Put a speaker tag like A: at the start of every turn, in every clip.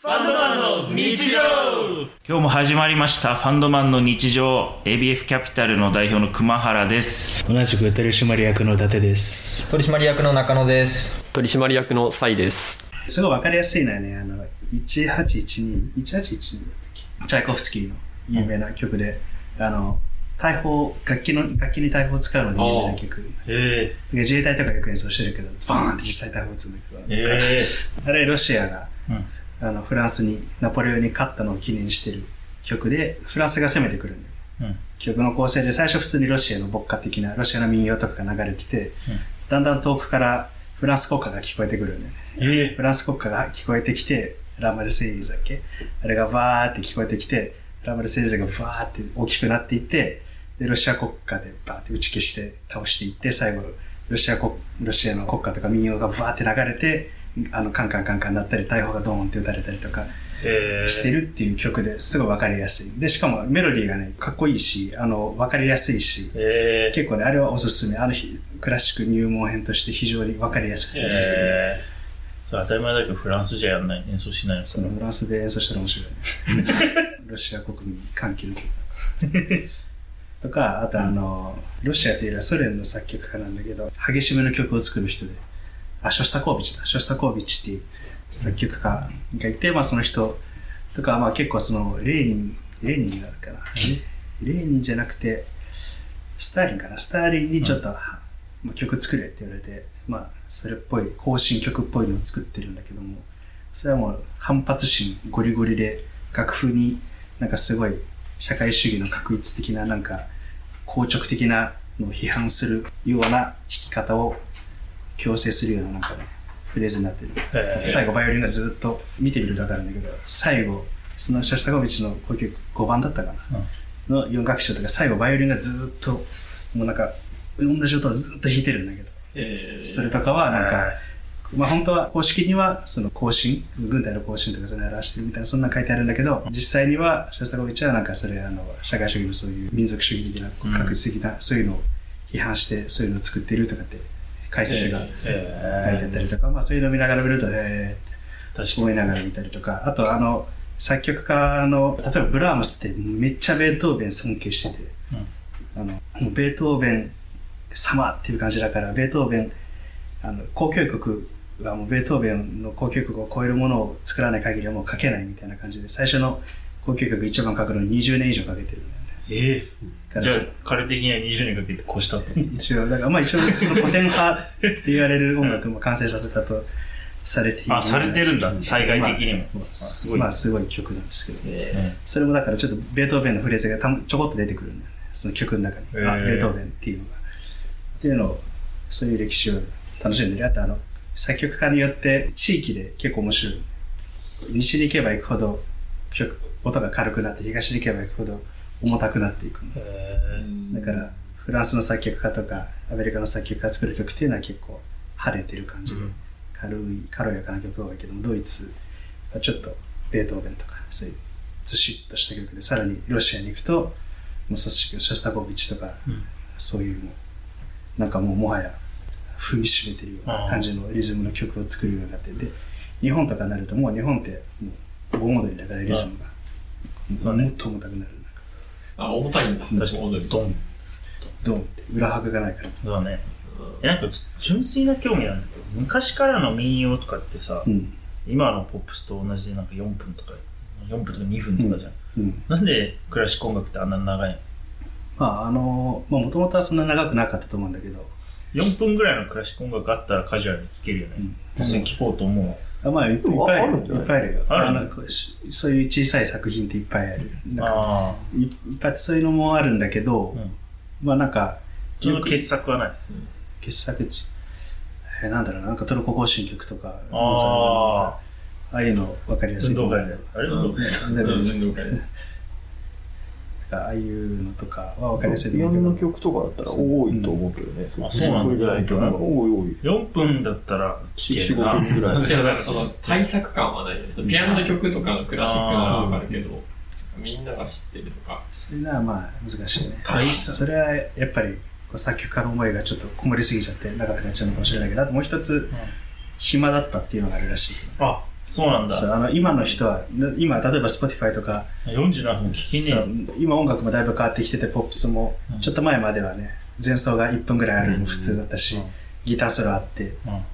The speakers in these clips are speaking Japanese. A: ファンドマンの日常
B: 今日も始まりましたファンドマンの日常 ABF キャピタルの代表の熊原です
C: 同じく取締役の伊達です
D: 取締役の中野です
E: 取締役のサイです
F: すごい分かりやすいのはねあの1812 1812だったっけチャイコフスキーの有名な曲で、あの大砲楽器の楽器に大砲を使うので有名な曲
A: え
F: 自衛隊とかよく演奏してるけどズバーンって実際大砲撃つんだけど、
A: ええ
F: あれロシアが、
A: うん
F: あのフランスにナポレオンに勝ったのを記念してる曲でフランスが攻めてくるんだよ
A: うん
F: 曲の構成で最初普通にロシアの牧歌的なロシアの民謡とかが流れて
A: う
F: て、
A: ん
F: だんだん遠くからフランス国歌が聞こえてくるよね
A: ええ
F: フランス国歌が聞こえてきて、ラマルセイユだっけあれがバーって聞こえてきて、ラマルセイユがバーって大きくなっていって、で、ロシア国歌でバーって打ち消して倒していって、最後、ロシア国、ロシアの国歌とか民謡がバーって流れて、あの、カンカンカンカンなったり、大砲がドーンって撃たれたりとか
A: ええ
F: してるっていう曲ですごいわかりやすい。で、しかもメロディーがね、かっこいいし、あの、わかりやすいし、
A: ええ
F: 結構ね、あれはおすすめ。あの日、クラシック入門編として非常にわかりやすくておすすめ。
A: ええそれ当たり前だけどフランスじゃやんない演奏しないの
F: そのフランスで演奏したら面白いね。ロシア国民歓喜の曲。とか、あとあの、ロシアというよりはソ連の作曲家なんだけど、激しめの曲を作る人で、あ、ショスタコービッチだ。ショスタコービッチっていう作曲家がいて、まあその人とか、まあ結構その、レーニン、レーニンがあるかな。レーニンじゃなくて、スターリンかな。スターリンにちょっと、まあ、曲作れって言われて、まあそれっぽい、更新曲っぽいのを作ってるんだけども、それはもう反発心ゴリゴリで楽譜になんかすごい社会主義の確一的ななんか硬直的なのを批判するような弾き方を強制するようななんかねフレーズになってる、
A: ええ
F: 最後バイオリンがずっと見てみると分かるんだけど最後そのショスタコビチのこういう5番だったかな、の4楽章とか最後バイオリンがずっともうなんか同じ音をずっと弾いてるんだけど
A: ええ
F: それとかはなん
A: は
F: か、まあ本当は公式にはその更新、軍隊の更新とかそれを表してるみたいなそんなの書いてあるんだけど、実際にはシャスタコビッチはなんかそれあの社会主義のそういう民族主義的な
A: うん
F: 確実的なそういうのを批判してそういうのを作ってるとかって解説が書い
A: え
F: てあ
A: え
F: ったりとか、まあそういうのを見ながら見ると、えー
A: 確か
F: 思いながら見たりとか、あとあの、作曲家の、例えばブラームスってめっちゃベートーベン尊敬してて、あの、もうベートーベン様っていう感じだから、ベートーベン、あの、交響曲はもうベートーベンの交響曲を超えるものを作らない限りはもう書けないみたいな感じで、最初の交響曲一番書くのに20年以上かけてるんだよね。
A: にええ
F: だから
A: じゃあ彼的には20年かけて越したと
F: 一応、だからまあ一応その古典派って言われる音楽も完成させたとされている。
A: あされてるんだ対外的にも
F: まあ
A: すごい
F: まあすごい曲なんですけど。
A: え
F: それもだからちょっとベートーベンのフレーズがたまちょこっと出てくるんだよねその曲の中に、あ
A: へー
F: ベートーベンっていうのがっていうのをそういう歴史を楽しんでるあとあの作曲家によって地域で結構面白い西に行けば行くほど曲音が軽くなって東に行けば行くほど重たくなっていくの
A: ええ
F: だからフランスの作曲家とかアメリカの作曲家が作る曲っていうのは結構晴れてる感じで、
A: うん
F: 軽い軽やかな曲が多いけどもドイツはちょっとベートーベンとかそういうずしっとした曲でさらにロシアに行くともうそしショスタコービッチとか、
A: うん
F: そういうもうなんかもうもはや踏みしめてるような感じのリズムの曲を作るようになってで日本とかになるともう日本ってもう盆踊りだからリズムが、
A: そうね
F: もっと重たくなるなんか
E: あ重たいんだ
A: 確かにドン
F: ドンって裏拍がないから
A: そうだねいやなんか純粋な興味なんだけど昔からの民謡とかってさ
F: うん
A: 今のポップスと同じでなんか4分とか4分とか2分とかじゃん、
F: うん
A: なんでクラシック音楽ってあんな長い
F: まああのまあもともとはそんな長くなかったと思うんだけど、
A: の4分ぐらいのクラシック音楽あったらカジュアルに聴けるよね、普通に聴こうと思う
F: あまあいっぱい
E: あ
F: あ
E: ある
F: る
E: んじゃな
F: よ
E: い
F: いっぱいあるよ
A: ある
F: のこうしそういう小さい作品っていっぱいあるなんか
A: ああ
F: いいっぱいあってそういうのもあるんだけど、
A: うん
F: まあなんか
A: その傑作はない
F: 傑作地えーなんだろうななんかトルコ行進曲とか
A: あー
F: モーツァルトのああいうの分かりやすい
A: 運
F: と
A: 動
F: 思う
A: 会のやつあれ運動会
F: うんだからなん
E: 運動会
F: かああいうのとかは分かりやすいと
G: 日
F: 思うけ
G: 本
F: ど
G: の曲とかだったら多いと思うけどね、そ
A: あそうなんだ
G: れぐらい多い多い
A: 4分だったら聴けるな
G: 4-5分ぐらい
A: でもな
E: なん
A: か
E: んかその対策感はないよねピアノの曲とかのクラシックならわかるけどみんなが知ってるとか
F: それならまあ難しいね
A: 大差
F: それはやっぱりこう作曲家の思いがちょっとこもりすぎちゃって長くなっちゃうのかもしれないけどあともう一
A: ん
F: つ暇だったっていうのがあるらしいけど
A: あそうなん
F: そう
A: だ。
F: あの今の人は、な今、例えば Spotify とか、
A: 47分聞き
F: そ
A: ね
F: う今音楽もだいぶ変わってきてて、ポップスも、
A: うん
F: ちょっと前まではね、前奏が1分ぐらいあるのも普通だったし、
A: うん
F: ギターソロあって、
A: え。うん
F: なんか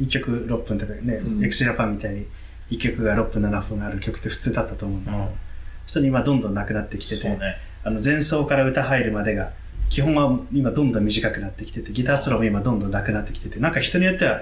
F: 1曲6分とかね、
E: うん
F: エクシジャパンみたいに1曲が6分7分ある曲って普通だったと思うんだけど、
A: うん
F: それ今どんどんなくなってきてて、
A: そうね。
F: あの前奏から歌入るまでが基本は今どんどん短くなってきててギターソロも今どんどんなくなってきててなんか人によっては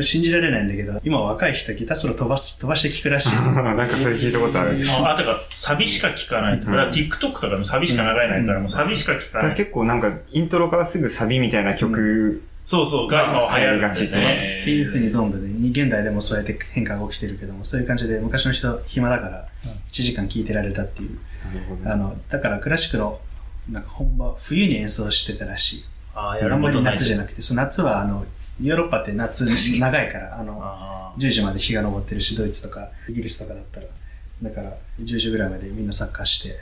F: 信じられないんだけど今若い人ギターソロ飛ばす飛ばして聞く らしい
H: なんかそれ聞いたことある。
A: ああとか、サビしか聞かないとか、
H: うん
A: だから TikTok とかでもサビしか流れないから、もうサビしか聞
H: だ
A: か
H: か
A: な
H: ら
A: い。
H: 結構なんか、イントロからすぐサビみたいな曲、
A: そうそう、が今は流行るんです
H: 流行りが
A: ね。
E: え
F: っていうふうにどんどんね現代でもそうやって変化が起きてるけどもそういう感じで昔の人暇だから
A: うん
F: 1時間聴いてられたっていう
H: なるほど
F: あのだからクラシックのなんか本場冬に演奏してたらしい
A: ああ、や
F: あ
A: る
F: ん
A: こ
F: ま
A: と
F: り
A: ない。
F: 夏じゃなくてそう夏はあのヨーロッパって夏長いからあの
A: あ
F: 10時まで日が昇ってるしドイツとかイギリスとかだったらだから10時ぐらいまでみんなサッカーしてっ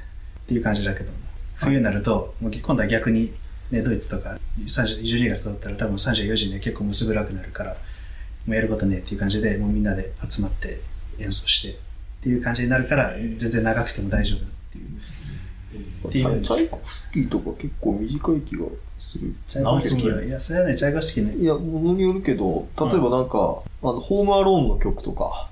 F: ていう感じだけど冬になるともう今度は逆に、ね、ドイツとか30 12月だったら多分34時には結構薄暗くなるからもうやることねえっていう感じでもうみんなで集まって演奏してっていう感じになるから全然長くても大丈夫っていう
G: チャチャイコフスキーとか結構短い気がする。
F: チャイコフスキー
A: あ
F: はいやそれはねチャイコフスキーね
G: いや、ものによるけど、例えばなんか、あの、ホームアローンの曲とか、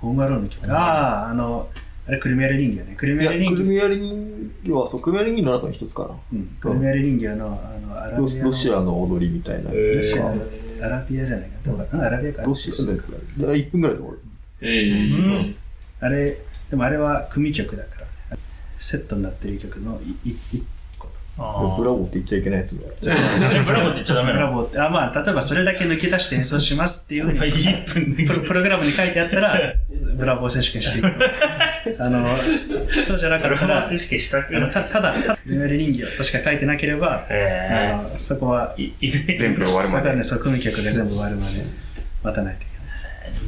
F: ホームアローンの曲あああのあれクルミアル人形ねクル
G: い
F: ミ
G: や、
F: ア
G: ク
F: ル
G: ル
F: 人形
G: ミアリ人形はそう、クルミアリ人形の中の一つか
F: うんクルミアル人形のあのアラ
G: な。
F: ビ
G: ロ
F: アの
G: ロシアの踊りみたいなやつ
F: ロシ
G: と
F: ア
G: か
F: の、アラビアじゃないか。どうかなアラビアか。
G: ロシアのやつがある。あれ1分ぐらいで終わる。
E: ええ
A: うん
F: あれ、でもあれは組曲だから。セットになってる曲のい、い、い、
A: ああ
G: ブラボーって言っちゃいけないやつもやる。
A: あ。ブラボーって言っちゃダメ
F: コ
A: な
F: ラ
A: の
F: ボって、あ、まあ、例えばそれだけ抜け出して演奏しますっていうふうに、
A: 1分で
F: プロプログラムに書いてあったら、ブラボー選手権していく。あの、そうじゃな
A: ブ
F: かっ
A: ラボ
F: たら、
A: ー知識したく
F: あの
A: な
F: たただ、ただ、メル人形としか書いてなければ、
A: え
F: あのそこは、
A: え。いい
H: 全部終わる
F: そ
H: ま
F: こは
H: で
F: ね、。そう組曲で全部終わるまで待たないといけない。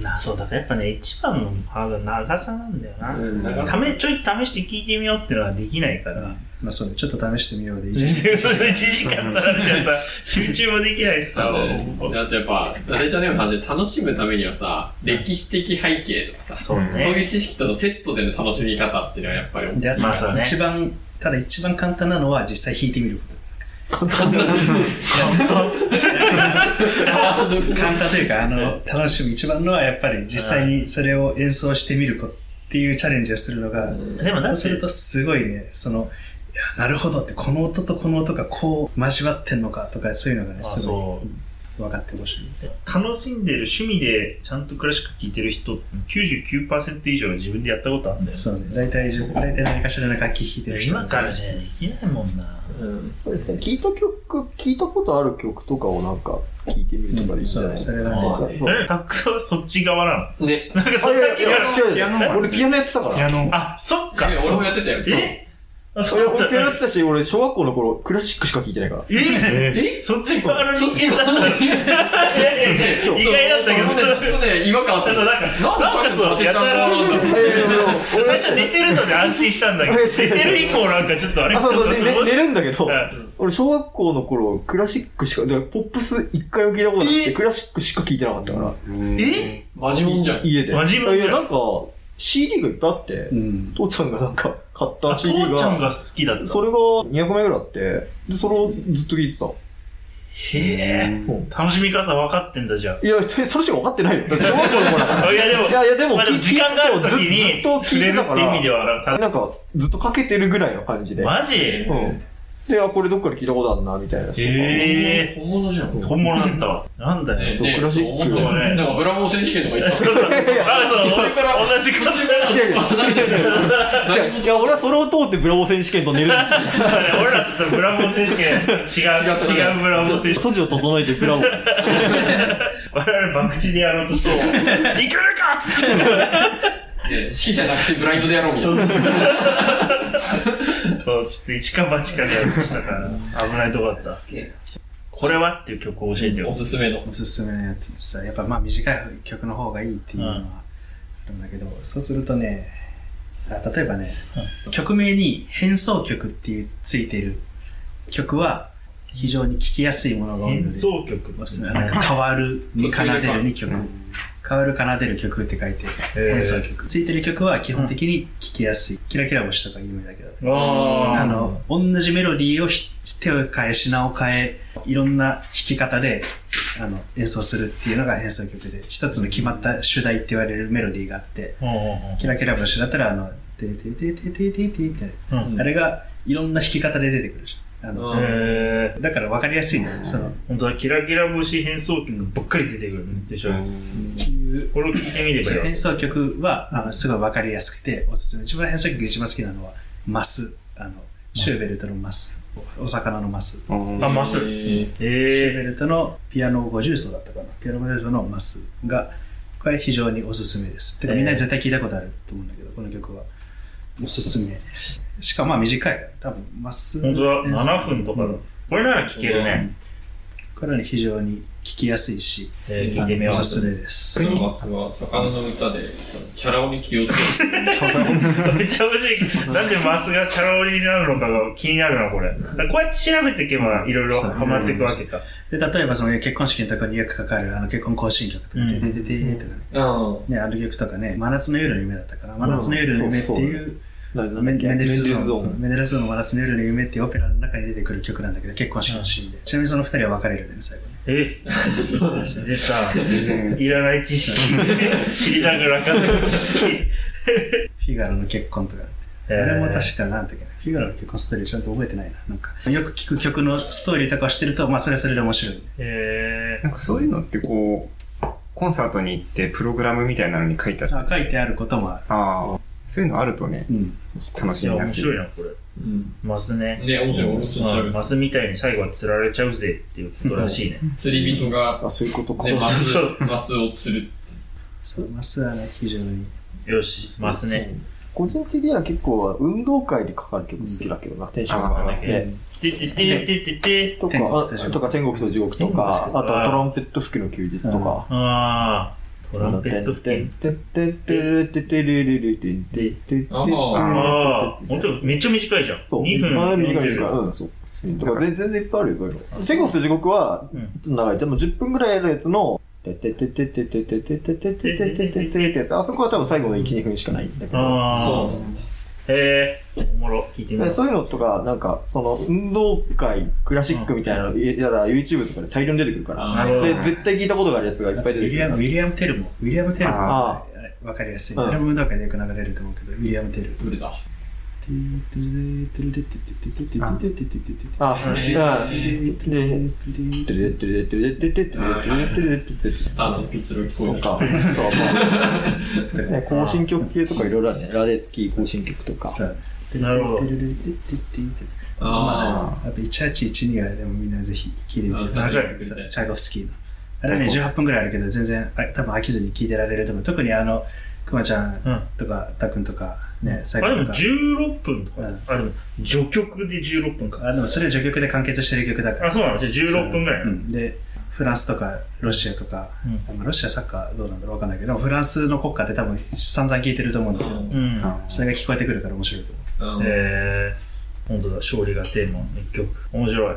A: なそうだからやっぱね一番のハードルは長さなんだよな、
E: うん長さ
A: 試ちょい試して聞いてみようっていうのはできないから、
F: まあ、そうねちょっと試してみようでいいし。
A: 1時間取られちゃうさ集中もできないしさ、
E: であとやっぱ、あれじゃねえの単純に楽しむためにはさ、歴史的背景とかさ、
A: そう
E: そうい
A: ね
E: う知識とのセットでの楽しみ方っていうのはやっぱり
F: で、あと、
A: まあそうね
F: 一番、ただ一番簡単なのは実際弾いてみるこ
E: 簡単だし、
A: 簡単
E: ハード
F: と。
E: ル
F: 簡単というか、あの、楽しむ一番のはやっぱり実際にそれを演奏してみることっていうチャレンジをするのが、
A: でもだ
F: そ
A: っ
F: うす
A: て
F: るとすごいね、その、いやなるほどって、この音とこの音がこう交わってんのかとか、そういうのがね、
A: あ
F: すご
A: そう
F: い分かってほしい。
A: 楽しんでる趣味でちゃんとクラシック聴いてる人って99%以上は自分でやったことあるんだよ
F: そうね、大体、大体何かしらの楽器弾いてる人。
A: 今からじゃできないもんな
E: うん
G: 聞いた曲、聞いたことある曲とかをなんか、聞いてみるとかでいいんじゃない
F: うんそうそれがね
G: そうそう
A: えタックさんはそっち側な
E: ね、
A: のなんか
G: あ
A: そ
G: い
A: っ
G: やい
A: きから
G: や違う
H: ピアノ
G: 違う俺ピアノやってたから。
H: ピアノ。
A: あそっか
E: 俺
A: そ
E: もやってたよ。
A: えあ
G: い
A: そ
G: や
A: うだ
G: 俺ピアノやってたし、俺小学校の頃、クラシックしか聞いてないから。
A: え
H: え
E: え
A: そっち側の人間だったのいやいやい
E: そう
A: や意外だったけど
E: そうちょっとね、違和感あった。
A: そうなんかなんかそうやたら
G: いやいやいや俺
A: 最初寝てるので安心したんだ けど寝てる以降なんかちょっとあれ
G: あ、そうそう、
A: ちょっ
G: で
A: と
G: ね
A: どし
G: 寝るんだけど
A: うん、
G: 俺小学校の頃、クラシックしか、だからポップス一回も聞いたことなく
A: え
G: て、クラシックしか聞いてなかったから、
A: え
E: マジもんじゃん。
G: 家で。
A: マジもん
G: い
A: じゃん
G: や、なんか、CD がいっぱいあって
F: う、ん。
G: 父ちゃんがなんか買っ
A: あ
G: た CD
A: 父ちゃん
G: が、
A: が好きだった
G: それが200枚ぐらいあって、で、それをずっと聞いてた。
A: へえ
G: うん
A: 楽しみ方分かってんだじゃ
G: いや、それしか分かってないよ。だって小学校の頃だか
A: あ
G: ら。
A: いやでも
G: いやいや、でも
A: まあ、でも
G: 聞い
A: 時間がある時
G: ず
A: に
G: っと聞
A: 触
G: い
A: れ
G: て
A: る
G: た
A: っ
G: か
A: て意味で
G: ら、
A: はた
G: なんか、ずっとかけてるぐらいの感じで。
A: マジ
G: うん。で、あ、これどっかで聞いたことあるな、みたいな。
A: ええ
E: 本物じゃん。ね
A: 本物だったわなんだよ
E: え
G: そう
E: ねえ
G: クラシック
E: そう思ったよなんかブラボー選手権とか言ってた
A: そうそうあそう
E: 途中から
A: 同じことだ
G: いやいやい や、いや俺はそれを通ってブラボー選手権と寝る。
A: 俺らとブラボー選手権違う
E: 違ったね
A: 違うブラボー 選手権
G: 素地を整えてブラボー。
A: 我々博打でやろうとしてる
E: そ
A: い
E: う
A: けるかっつって
E: ね指揮者なくしてブラインドでやろうみたい
A: そう
E: な。
A: ちょっと一か八かでやろうとしたから危ないとこだったこれはっていう曲を教えてよ
E: おすすめの。
F: おすすめのやつさやっぱまあ短い曲の方がいいっていうのはあるんだけど、そうするとねあ例えばね、曲名に変奏曲っていうついてる曲は非常に聴きやすいものが多いの
A: 演
F: で
A: 奏曲
F: そうですねなんか変わるに奏でる2曲変わる奏でる曲って書いて、
A: えー
F: 演奏曲。ついてる曲は基本的に聴きやすい。キラキラ星とか有名だけど。
A: あー
F: あの、同じメロディーをひ手を変え、品を変え、いろんな弾き方で、あの、演奏するっていうのが演奏曲で、一つの決まった主題って言われるメロディーがあって、
A: うんうん
F: キラキラ星だったら、あの、てててててててって、
A: うん
F: あれがいろんな弾き方で出てくるじゃん。あの、
A: うんえ
F: だから分かりやすいんだよね、その、
A: ー、本当はキラキラ星変奏曲ばっかり出てくるんでしょ。これを聞いてみればよ
F: 演。奏曲は、あの、すごい分かりやすくて、おすすめ。自分の演奏曲で一番好きなのは、マス。あの、シューベルトのマス。お魚のマス。
A: あ、マス。
E: え
F: シューベ
A: え
F: ルトのピアノ50奏だったかな。ピアノ50奏のマスが、これ非常におすすめです。てか
A: えー
F: みんな絶対聞いたことあると思うんだけど、この曲は。おすすめ。しかもまあ短いから、多分マス。
A: ー、本当だ、
F: 演
A: 7
F: 奏
A: 分とかだ。これなら聞けるね。
F: これはね非常に聞きやすいし、
A: えー、聞いてみよう
F: お。すすめです。
E: ー、マスは魚の歌で、キャラ鬼気をつけ て、
A: めっちゃ欲しい。なんでマスがチャラ折りになるのかが気になるな、これ。こうやって調べていけば、いろいろハマっていくわけか。
F: で、例えばその結婚式のとこによくかかる、あの結婚行進曲と
A: う
F: か、
A: ん
F: でででででとかね。
E: うん、
F: ね、あの曲とかね、真夏の夜の夢だったから、真夏の夜の夢っていう、
G: ななん
F: メ
G: だ
F: ン
G: っけ
F: メンデルスゾ
G: ゾ
F: ーン。
G: ン
F: メンデルスゾーンの真夏の夜の夢っていうオペラの中に出てくる曲なんだけど、結婚式のシーンで。ちなみにその二人は別れるんだよね、最後に。
A: え、出
H: 全然
A: た。いらない知 識。知りたくなかった知識。
F: フィガロの結婚とか。あれも確かなんだっけな、フィガロの結婚ストーリーちゃんと覚えてないな。なんか、よく聞く曲のストーリーとかをしてると、まあそれはそれで面白いね。
A: え
H: なんかそういうのってこう、コンサートに行ってプログラムみたいなのに書いてある。
F: あ書いてあることもある。
H: ああ、そういうのあるとね、
F: うん。
H: 楽
A: ー、い
H: し
A: や、
H: みや
A: 面
H: すい。
A: 白いな、これ。マスね。
E: ね、面白い、面白
A: うん
E: い。
A: マスみたいに最後は釣られちゃうぜっていうことらしいね。
E: 釣り人が、
G: あ、そういうことか。
E: ね、マス
A: そう、
E: マスを釣る。
F: そう、マスはね、非常に。
A: よし、マスね。
G: 個人的には結構運動会でかかる曲好きだけどな、テンションが上がっ
A: あ
G: て。
A: で、で、で、で、で、で、
G: とか、
F: 天国と地獄
G: あとか天国と地獄とか、あとはトランペット吹きの休日とか。
A: あー、トランペット付近。ああ、本当にめっちゃ短いじゃん。
G: そう。
A: 2分
G: あ短い
A: 40
G: 短い。
A: 秒。
G: うん、そう。とか全然いっぱいあるよ、そういうの。天国と地獄は、長い。でも10分ぐらいのやつの、てててててててててててててててってやつ。あそこは多分最後の1、2分しかないんだけど。
A: ああ、
E: そうなんだ。
A: へえ、おもろ、聞いてみます。
G: そういうのとか、なんか、その、運動会、クラシックみたいなの、やら YouTube とかで大量に出てくるから、
A: なるほど。
G: 絶対聞いたことがあるやつがいっ
F: ウ
G: ぱい出て
F: ィ
G: く
F: リ
G: る
F: ア。ム・ウィリアムテルも、ウィリアム・テルも、
G: あ
F: あれわかりやすい。
G: うん
F: あれも運動会でよく流れると思うけど、ウィリアム・テル。
E: どれだ
G: あ、
E: えー
G: あ、で、てれてれてれてれてれてれてれてれてれ
E: スタートピッチの
G: そ
E: 聞こ
G: う
E: え
G: か。
E: た。
G: あとはまあ、ね、更新曲系とかいろいろあるね。ラデスキー更新曲とか。
F: さあ
A: なるほど
E: あ
F: あと1812はでもみんなぜひ聴いてみてください。
E: あ長い
F: そうチャイコフスキーの。あれね、18分ぐらいあるけど、全然あ多分飽きずに聴いてられると思う。特にあの、くまちゃん
A: うん
F: とか、たくんとか、ね、最
A: あ、で
F: 後と
A: も
F: か。
A: 16分とか
F: うん。
A: あ、でも、序曲で16分か。
F: あでもそれ序曲で完結してる曲だから
A: あ、。そうなのじゃあ16分ぐらいなの。
F: うんでフランスとかロシアとか、
A: う
F: まあロシアサッカーどうなんだろうわかんないけどでもフランスの国歌って多分散々聞いてると思うんだけど、
E: うん
A: うん。
H: あ
F: それが聞こえてくるから面白いと思う
E: あ、うん
A: えー、本当だ、勝利がテーマの一曲。面白い。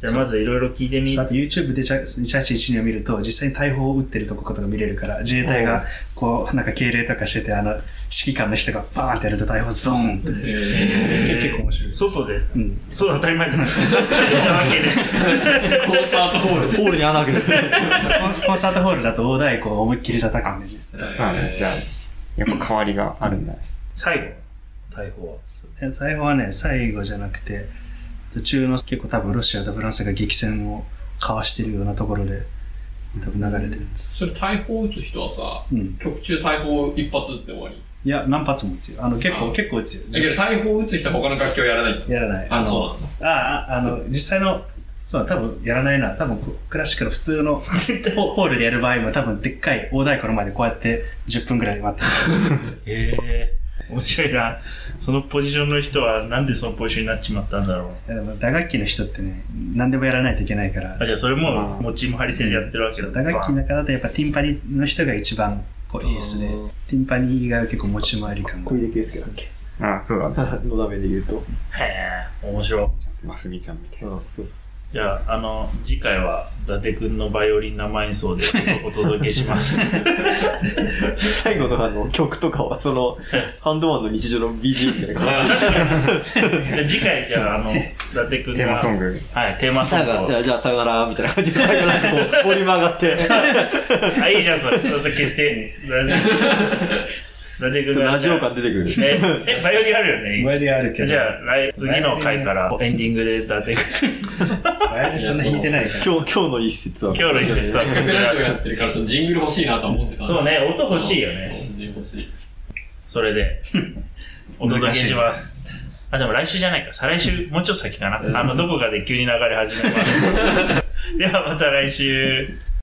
A: じゃあ、まずいろいろ聞いてみ
F: そうあと YouTube で1812を見ると実際に大砲を撃ってるとことか見れるから自衛隊がこうなんか敬礼とかしててあの指揮官の人がバーンってやると大砲ズドーンって、
A: えー
F: 結構面白い
A: 外で。
F: うん、
A: そう当たり前だな。なわけです。
E: コンサートホール。
G: ホールに穴開けてる。
F: コンサートホールだと大太鼓を思いっきり叩くんでね
H: そうね、じゃあ、やっぱ変わりがあるんだね。
A: 最後の大砲は。
F: で財宝はね最後じゃなくて途中の結構多分ロシアとフランスが激戦を交わしてるようなところで多分流れてるんで
E: そ
F: す、
E: れ、大砲撃つ人は
F: う
E: さ、
F: ん、
E: 曲中大砲一発撃って終わり。
F: いや何発も打つよあの結構
E: あ
F: 結構打つ
E: だ
F: よ
E: けど、大砲撃つ人は他の楽器はやらないんだ。
F: やらない
E: あ、
F: の
E: そうなんだ。
F: あああの実際のそう多分やらないな多分クラシックの普通 のホホールでやる場合も多分でっかい大太鼓の前でこうやって10分ぐらい待って
A: へえー、面白いな。そのポジションの人は、なんでそのポジションになっちまったんだろう。
F: るいや打楽器の人ってね何でもやらないといけないから
A: あ、じゃあそれも、もうチームハリセンでやってるわけ
F: そ
A: だ。
F: う打楽器の中だとやっぱティンパニの人が一番こうエースでティンパニが結構持ち回り感が
G: 小出圭介だっけ
H: ああ、そうだね。
G: のダメで言うと。
A: へえ、面白い。
H: ますみちゃんみたいな。
G: うん、そうです。
A: じゃあ、あの、次回は、伊達くんのバイオリン生演奏でお届けします。
B: 最後のあの曲とかは、その、ハンドマンの日常の BG みたいな感
A: あ確かにじゃあ次回、じゃあ、あの、伊達くんが。
H: テーマソング。
A: はい、テーマ
B: じ。
A: ソン
B: 最
A: グ
B: 後
A: を。
B: じゃあさよなら、みたいな感じで、最後なん かこう、ボリューム上がって、
A: あ、いいじゃん、それ。それ決定。伊達くんが。
B: ラジオ感出てくる。
A: え、え、バイオリンあるよね今
F: バイオリンあるけど、
A: じゃあ、来、次の回から、エンディングで、伊達くん。
F: バイオリンそんな弾いてないから。
B: 今日、今日の一節は。
A: 今日の一節は
E: せっか
A: こ
E: く
A: ち
E: ラジオ
A: ら。
E: やってるから、ジングル欲しいなとは思ってた。
A: そうね、音欲しいよね。
E: 欲しい欲しい。
A: それで、 お届けします。あ、でも来週じゃないか。再来週、 もうちょっと先かな。あの、どこかで急に流れ始めます。ではまた来週。